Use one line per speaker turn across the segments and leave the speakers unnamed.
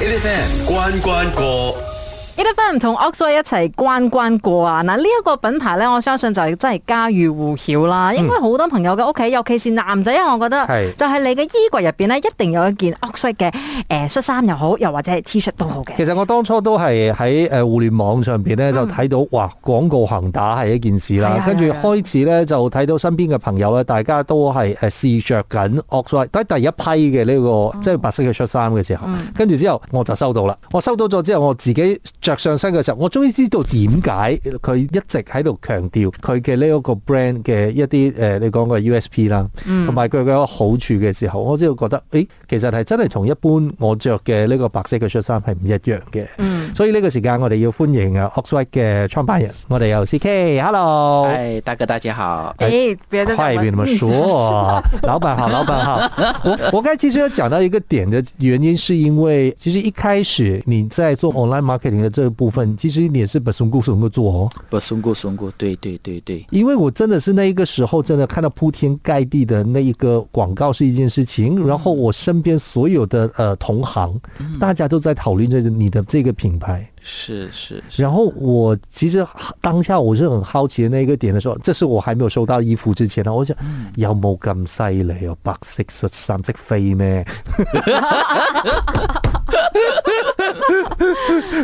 8FM 關關過。
e d f m 同 Oxway 一齊關關過啊！嗱，呢一個品牌咧，我相信就係真係家喻戶曉
嗯
啦。應該好多朋友嘅屋企，尤其是男仔啊，我覺得
係
就係你嘅衣櫃入邊咧，一定有一件 Oxway 嘅誒恤衫又好，又或者係 T 恤都好嘅。嗯
其實我當初都係喺誒互聯網上邊咧，就睇到哇廣告行打係一件事
係
啦
啊，
跟住
係啊
開始咧就睇到身邊嘅朋友咧，大家都係誒試着緊 Oxford，得第一批嘅呢個即係白色嘅恤衫嘅時候，跟住之後我就收到啦。我收到咗之後，我自己着上身嘅時候，我終於知道點解佢一直喺度強調佢嘅呢一個 brand 嘅一啲誒你講嘅 USP 啦，同埋佢嘅好處嘅時候，我先會覺得誒其實係真係同一般我着嘅呢個白色嘅恤衫係唔一樣嘅。
嗯，
所以呢個時間我哋要歡迎啊 Oxford 嘅創辦人，我哋有 CK，Hello。
嗨，大哥大家好。
哎
誒，別再
快一
講
点，你们说， 老板好，老板好。我我刚才其实要讲到一个点的原因，是因为其实一开始你在做 online marketing 的这个部分，其实你也是本身故事能够做哦。
不，松过松过，对对对对，
因为我真的是那一个时候，真的看到铺天盖地的那一个广告是一件事情，然后我身边所有的呃同行，大家都在讨论着你的这个品牌。
是是是，
然后我其实当下我是很好奇的那一个点的时候，这是我还没有收到衣服之前啊呢，我想有冇咁犀利啊？白色恤衫識飛咩？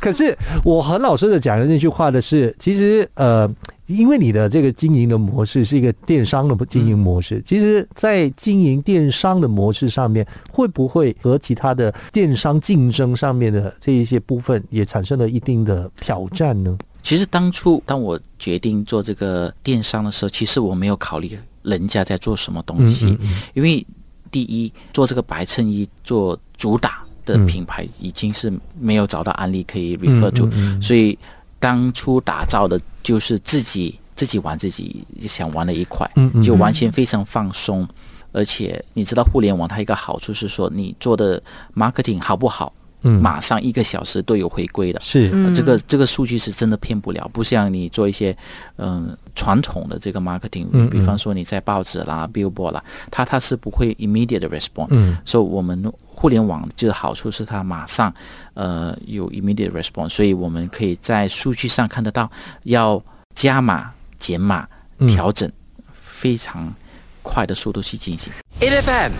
可是我很老实的讲的那句话的是，其实呃。因为你的这个经营的模式是一个电商的经营模式，其实，在经营电商的模式上面，会不会和其他的电商竞争上面的这一些部分也产生了一定的挑战呢？
其实当初当我决定做这个电商的时候，其实我没有考虑人家在做什么
嗯
东西，因为第一做这个白衬衣做主打的
嗯
品牌已经是没有找到案例可以 refer to，、
嗯
所以当初打造的就是自己自己玩自己想玩的一块，
嗯嗯
就完全非常放松。而且你知道互联网它一个好处是说，你做的 marketing 好不好，
嗯
马上一个小时都有回归的。
是
呃这个这个数据是真的骗不了，不像你做一些嗯、传统的这个 marketing，
嗯嗯
比方说你在报纸啦、billboard 啦，它它是不会 immediate 的 response。
嗯
所以我们互联网就是好处是它马上呃有 immediate response，所以我们可以在数据上看得到要加码、减码、调整，非常快的速度去进行。
8FM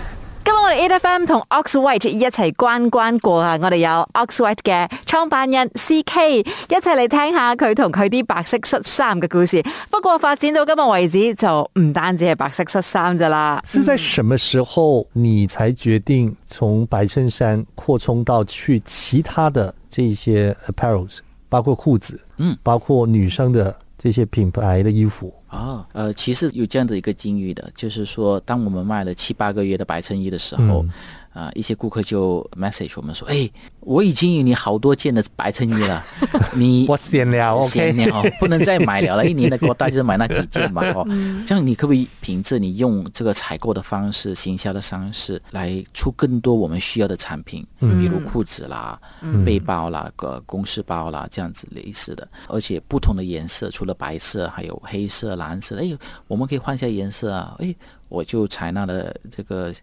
今日我哋 A F M 同 Ox White 一齊關關過啊！我哋有 Ox White 嘅創辦人 C K 一齊嚟聽下佢同佢啲白色恤衫嘅故事。不過發展到今日為止，就唔單止係白色恤衫咋啦。
是在
嗯
什么时候你才决定从白衬衫扩充到去其他的这一些呃 apparels，包括裤子，
嗯，
包括女生的这些品牌的衣服？
哦，呃，其实有这样的一个境遇的，就是说，当我们卖了七八个月的白衬衣的时候，啊、一些顾客就 message 我们说，哎，我已经有你好多件的白衬衣了，你
我闲聊
闲
啊，OK，
聊哦不能再买了了，一年的国大就是买那几件嘛，哦，这样你可不可以凭着你用这个采购的方式、行销的方式来出更多我们需要的产品，比如裤子啦、背包啦、个公事包啦这样子类似的，而且不同的颜色，除了白色，还有黑色、蓝色，哎，我们可以换一下颜色啊，哎，我就采纳了这个。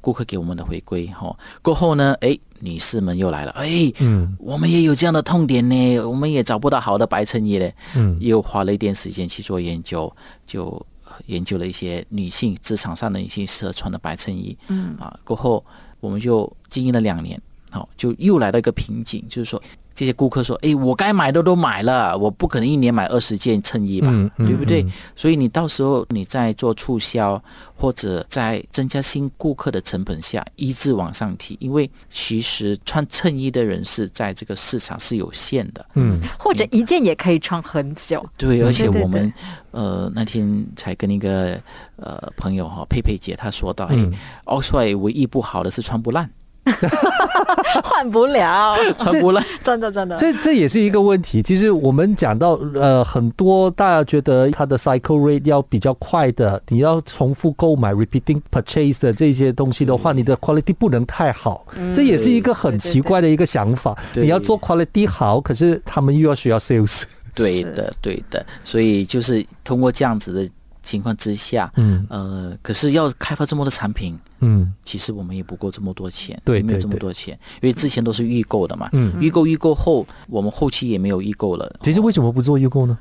顾客给我们的回归哈、哦，过后呢，哎，女士们又来了，哎，
嗯
我们也有这样的痛点呢，我们也找不到好的白衬衣嘞，
嗯
又花了一点时间去做研究，就呃研究了一些女性职场上的女性适合穿的白衬衣，嗯啊，过后我们就经营了两年，好、就又来到一个瓶颈，就是说这些顾客说，哎，我该买的都买了，我不可能一年买二十件衬衣吧，
嗯嗯
对不对？所以你到时候你在做促销或者在增加新顾客的成本下，一直往上提，因为其实穿衬衣的人是在这个市场是有限的，
嗯，
或者一件也可以穿很久。
对，而且
对对
我们呃那天才跟一个呃朋友哈、佩佩姐她说到，哎、
嗯
o x f o r 唯一不好的是穿不烂，
换不了，
哦
穿不烂。
真的真的。
这这也是一个问题。其实我们讲到呃，很多大家觉得它的 cycle rate 要比较快的，你要重复购买 repeating purchase 的这些东西的话，你的 quality 不能太好。这也是一个很奇怪的一个想法。
对对对
你要做 quality 好，可是他们又要需要 sales。
对的，对的，所以就是通过这样子的情况之下，
嗯
呃，可是要开发这么多产品，
嗯
其实我们也不够这么多钱，
对
也没有
对
这么
对
多钱，因为之前都是预购的嘛，
嗯，
预购预购后，我们后期也没有预购了，
其实为什么不做预购呢？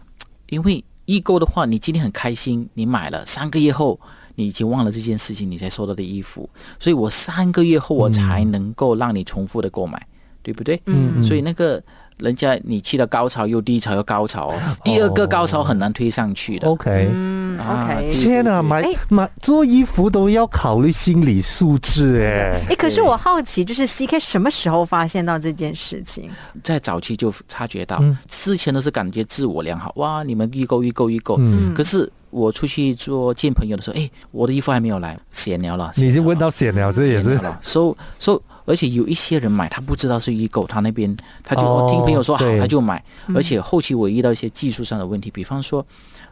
因为预购的话，你今天很开心，你买了，三个月后你已经忘了这件事情，你才收到的衣服，所以我三个月后我才能够让你重复的购买，对不对？
嗯
所以那个人家你去了高潮又低潮又高潮哦，第二个高潮很难推上去的。
OK，
嗯
啊
，OK。
对
天啊，买
哎
买做衣服都要考虑心理素质哎。
哎，可是我好奇，就是 CK 什么时候发现到这件事情？
在早期就察觉到
嗯，
之前都是感觉自我良好，哇，你们预购预购预购，
嗯，
可是我出去做见朋友的时候，哎，我的衣服还没有来，闲聊了，
你已
闲
经
聊
问
了
到险了，这也
见
是
到了，so so，而且有一些人买，他不知道是预购，他那边他就、
哦
哦听朋友说好
对，
他就买。而且后期我遇到一些技术上的问题，比方说，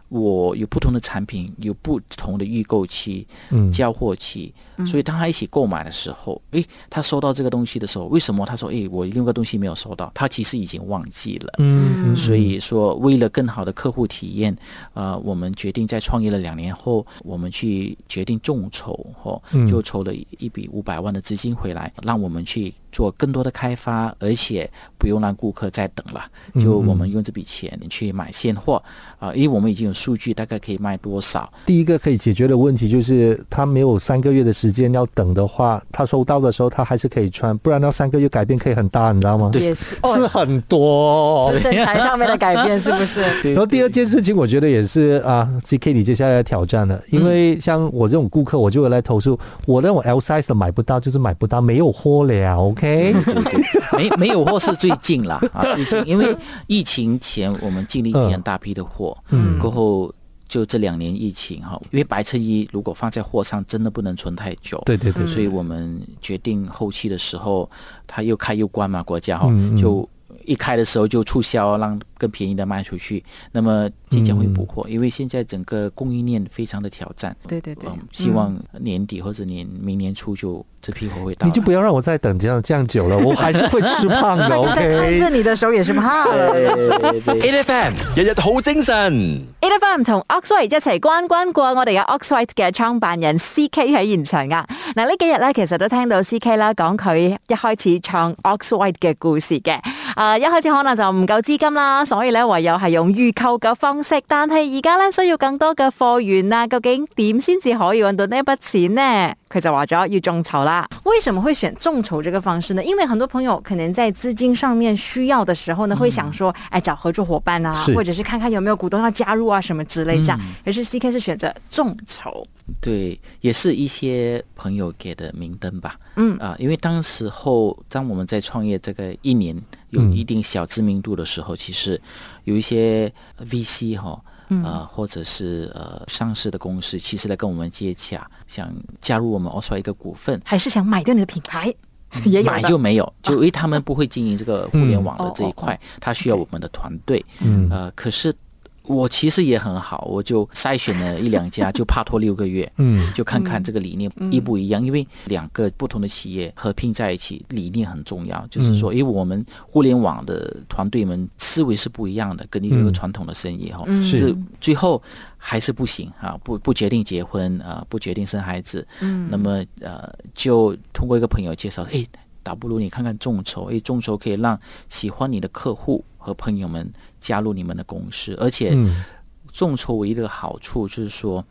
我有不同的产品，有不同的预购期、
嗯
交货期，所以当他一起购买的时候，诶，他收到这个东西的时候，为什么他说，诶，我另外一个东西没有收到？他其实已经忘记了。
嗯嗯
所以说，为了更好的客户体验，呃，我们决定在创业了两年后，我们去决定众筹，哦
嗯，
就筹了一笔五百万的资金回来，让我们去做更多的开发，而且不用让顾客再等了，
嗯
就我们用这笔钱去买现货，啊、因为我们已经有数据，大概可以卖多少，
第一个可以解决的问题就是，他没有三个月的时间要等的话，他收到的时候他还是可以穿，不然要三个月改变可以很大，你知道吗？，
也是
是
哦，
很多
是。身材上面的改变是不是？
然后第二件事情，我觉得也是啊，CK 你接下来的挑战了，因为像我这种顾客，我就会来投诉，我那种 L size 的买不到，就是买不到，没有货了 ，OK？
对 对，没没有货是最近啦啊，最近因为疫情前我们进了一批很大批的货，
嗯
过后就这两年疫情哈，因为白衬衣如果放在货上真的不能存太久，
对对对，
所以我们决定后期的时候，它又开又关嘛，国家哈
嗯嗯，
就一开的时候就促销，让更便宜的卖出去，那么即将会补
嗯
货，因为现在整个供应链非常的挑战，
对对对
嗯，希望年底或者年明年初就这批货会到
你
嗯
来，
就不要让我再等这样这样久了，我还是会吃 胖的
看
，OK？
着你的时候也是怕了。
对对对。
A F M 嗯日日好精神
A F M 同 Oxwhite 一齊關關過，我哋有 Oxwhite 嘅創辦人 C K 喺現場噶。嗱，呢幾日咧，其實都聽到 C K 啦講佢一開始創 Oxwhite 嘅故事嘅。啊、一開始可能就唔夠資金啦，所以咧唯有係用預購嘅方式。但係而家咧需要更多嘅貨源啊，究竟點先至可以揾到呢一筆錢呢？佢就話咗要眾籌啦。為什麼會選眾籌這個方式呢？因為很多朋友可能在資金上面需要的時候呢，會想說，哎，找合作伙伴啊，
是
或者是看看有沒有股東要加入啊，什麼之類這樣。
嗯
可是 CK 是選擇眾籌，
对，也是一些朋友给的明灯吧。嗯啊、因为当时候当我们在创业这个一年有一定小知名度的时候，其实有一些 VC 哈、
嗯
呃，或者是呃上市的公司，其实来跟我们接洽，想加入我们 o s 一个股份。
還是想買掉你的品牌， 也有
嗯买
的
就没有，就因为他们不会经营这个互联网的这一
哦
块，他需要我们的团队。
嗯
啊
呃，可是我其实也很好，我就筛选了一两家，就怕拖六个月，
嗯
就看看这个理念一不一样。因为两个不同的企业合并在一起，理念很重要，就是
嗯
说，因为我们互联网的团队们思维是不一样的，跟一个
嗯
传统的生意哈，
是
是最后还是不行啊，不不决定结婚啊、呃不决定生孩子，嗯，那么呃，就通过一个朋友介绍，诶，倒不如你看看众筹，诶，众筹可以让喜欢你的客户和朋友们加入你们的公司，而且
嗯
众筹唯一的好处就是说，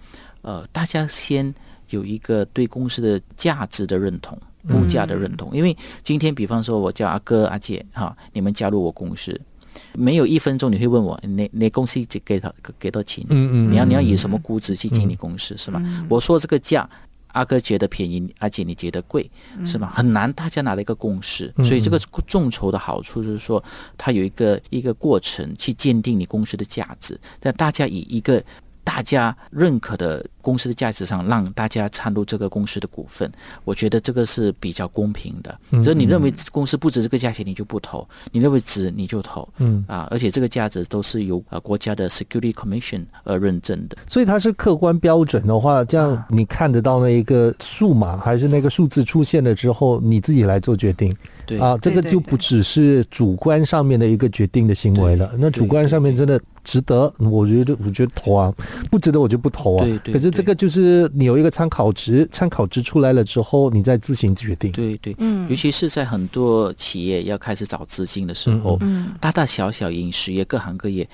呃，大家先有一个对公司的价值的认同。物价的认同，因为今天比方说，我叫阿哥、阿姐哈，你们加入我公司，没有一分钟你会问我，你你公司给给多给多少钱？
嗯
你要你要以什么估值去经理公司、是吗？我说这个价，阿哥觉得便宜，阿姐你觉得贵、
嗯
是吗？很难大家拿了一个共识，所以这个众筹的好处就是说，它有一个一个过程去鉴定你公司的价值，但大家以一个。大家认可的公司的价值上，让大家参入这个公司的股份，我觉得这个是比较公平的。
嗯
所以你认为公司不值这个价钱，你就不投；你认为值，你就投。
嗯
啊，而且这个价值都是由呃国家的 Security Commission 而认证的。
所以它是客观标准的话，这
啊
样你看得到那一个数码还是那个数字出现了之后，你自己来做决定
对
啊，这个
对对
就不只是主观上面的一个决定的行为了。那主观上面真的值得，我觉得我觉得投啊，不值得我就不投啊。
对对
可是这个就是你有一个参考值，参考值出来了之后，你再自行决定。
对对，尤其是在很多企业要开始找资金的时候，大大小小饮食业各行各业。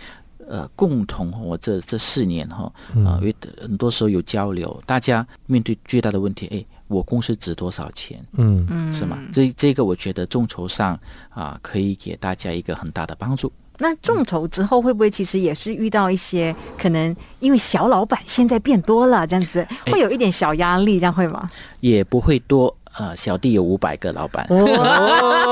呃，共同我这这四年哈，啊、呃，有很多时候有交流，大家面对巨大的问题，哎，我公司值多少钱，
嗯，
是吗？这这个我觉得众筹上啊、可以给大家一个很大的帮助。
那众筹之后会不会其实也是遇到一些可能因为小老板现在变多了这样子，
哎
会有一点小压力，这样会吗？
也不会多。呃，小弟有五百个老
嗯
板，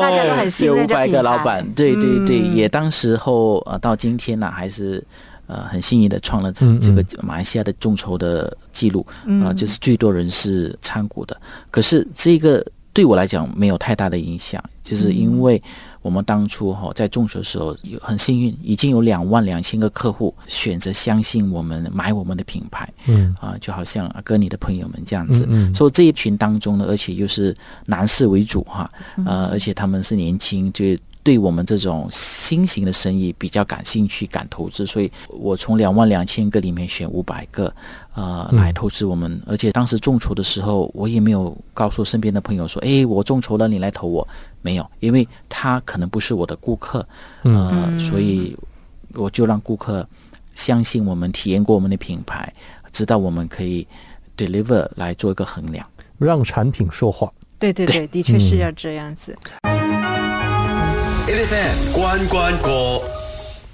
大家都很信
有五
任这
百个
品
老
牌
板，对对对，也当时候呃到今天呢、还是呃很幸运的创了这个马来西亚的众筹的记录，啊、就是最多人是参股的。可是这个对我来讲没有太大的影响，就是因为我们当初哈、在众筹的时候有很幸运，已经有两万两千个客户选择相信我们买我们的品牌，
嗯
啊、就好像啊跟你的朋友们这样子，
嗯嗯
所以这一群当中呢，而且又是男士为主哈，
嗯
呃，而且他们是年轻，就对我们这种新型的生意比较感兴趣、敢投资，所以我从两万两千个里面选五百个，呃，
嗯
来投资我们。而且当时众筹的时候，我也没有告诉身边的朋友说，诶，我众筹了，你来投我。没有，因为他可能不是我的顾客，呃，
嗯
所以我就让顾客相信我们，体验过我们的品牌，知道我们可以 deliver 来做一个衡量。
让产品说话。
对对对，的确
嗯
是要这样子。
L F M 关关过。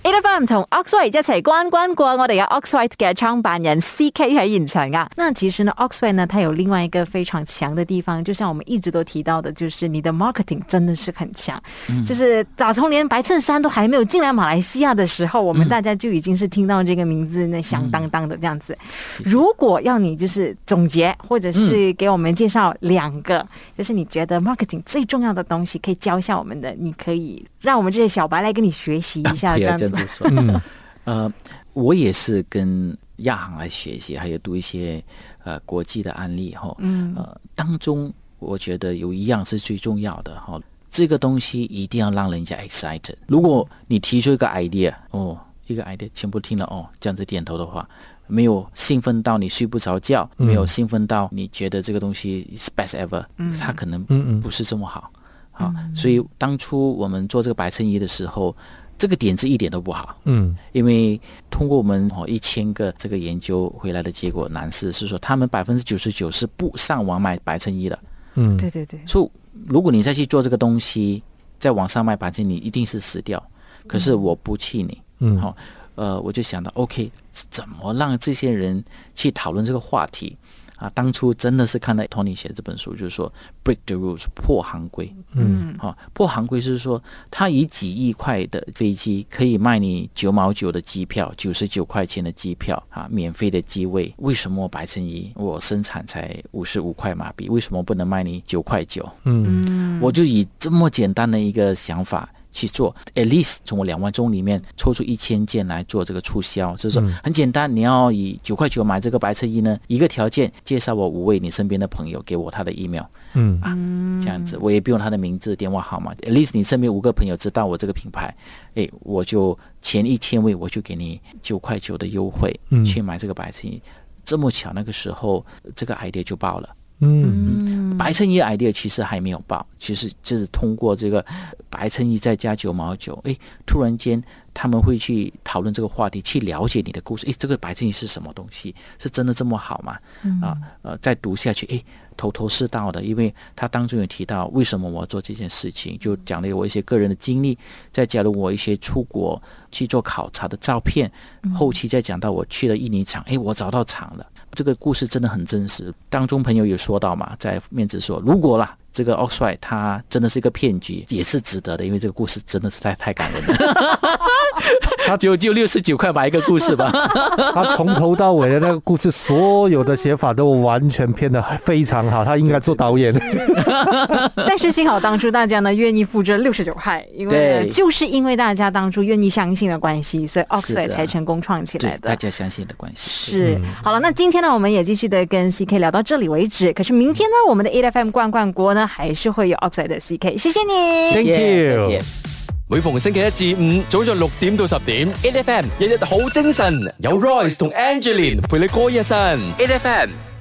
A F M 同 Oxwhite 一齊關關過，我哋有 Oxwhite 嘅創辦人 C K 喺現場啊。那其實呢，Oxwhite 呢，它有另外一個非常強的地方，就像我們一直都提到的，就是你的 marketing 真的是很強。就是打從連白襯衫都還沒有進來馬來西亞的時候，我們大家就已經是聽到這個名字，那響當當的這樣子。如果要你就是總結，或者
嗯
是給我們介紹兩個，就是你覺得 marketing 最重要的東西，可以教一下我們的，你可以让我們這些小白來跟你學習一下，
不
這
要
樣
啊这
子
样。子说。 呃，我也是跟亚航来学习，还有读一些呃国际的案例哈。嗯。呃，当中我觉得有一样是最重要的哈，这个东西一定要让人家 excited。如果你提出一个 idea，哦，一个 idea 全部听了哦，这样子点头的话。没有兴奋到你睡不着觉，没有兴奋到你觉得这个东西 is best ever，、嗯、它可能
嗯
不是这么好。啊，所以当初我们做这个白衬衣的时候，这个点子一点都不好，
嗯
因为通过我们哦一千个这个研究回来的结果，男士是说他们百分之九十九是不上网买白衬衣的。
嗯，
对对对，
所以如果你再去做这个东西，在网上卖白衬，你一定是死掉。可是我不气你，
嗯
好、呃，我就想到，OK，怎么让这些人去讨论这个话题？啊，当初真的是看到 Tony 写这本书，就是说 break the rules 破行规，嗯，好、破行规是说他以几亿块的飞机可以卖你九毛九的机票，九十九块钱的机票啊，免费的机位，为什么白衬衣我生产才五十五块马币，为什么不能卖你九块九？
嗯
我就以这么简单的一个想法去做，at least 从我两万宗里面抽出一千件来做这个促销，就是
嗯
说很简单，你要以九块九买这个白衬衣呢，一个条件，介绍我五位你身边的朋友，给我他的 email，
嗯
啊，这样子我也不用他的名字、电话号码，at least 你身边五个朋友知道我这个品牌，哎，我就前一千位我就给你九块九的优惠
嗯
去买这个白衬衣，这么巧那个时候这个 idea 就爆了。
嗯
白衬衣 idea 其实还没有爆，其实就是通过这个白衬衣再加九毛九，哎，突然间他们会去讨论这个话题，去了解你的故事，哎，这个白衬衣是什么东西？是真的这么好吗？啊，
嗯
呃，再读下去，哎，头头是道的，因为他当中有提到为什么我要做这件事情，
嗯
就讲了我一些个人的经历，再加入我一些出国去做考察的照片，
嗯
后期再讲到我去了印尼厂，哎，我找到厂了。这个故事真的很真实。当中朋友有说到嘛，在面子说，如果啦，这个 Oxford 他真的是一个骗局，也是值得的，因为这个故事真的是太太感人 了。他就就六十九块买一个故事吧。
他从头到尾的那个故事，所有的写法都完全编得非常好，他应该做导演。
但是幸好当初大家呢愿意付这六十九块，因为呢
对
就是因为大家当初愿意相信的关系，所以 Oxford
是的
才成功创 起来
对，大
的。
家嗯相信的关系。
是，好了，那今天呢，我们也继续的跟 CK 聊到这里为止。可是明天呢，我们的 A F M 冠冠国呢，还是会有 Oxford 的 CK，谢谢你，
Thank
谢谢
you
再见
每逢星期一至五早上六點到十點，A F M 日日好精神，有 Royce 同 Angeline 陪你過一晨，A F M。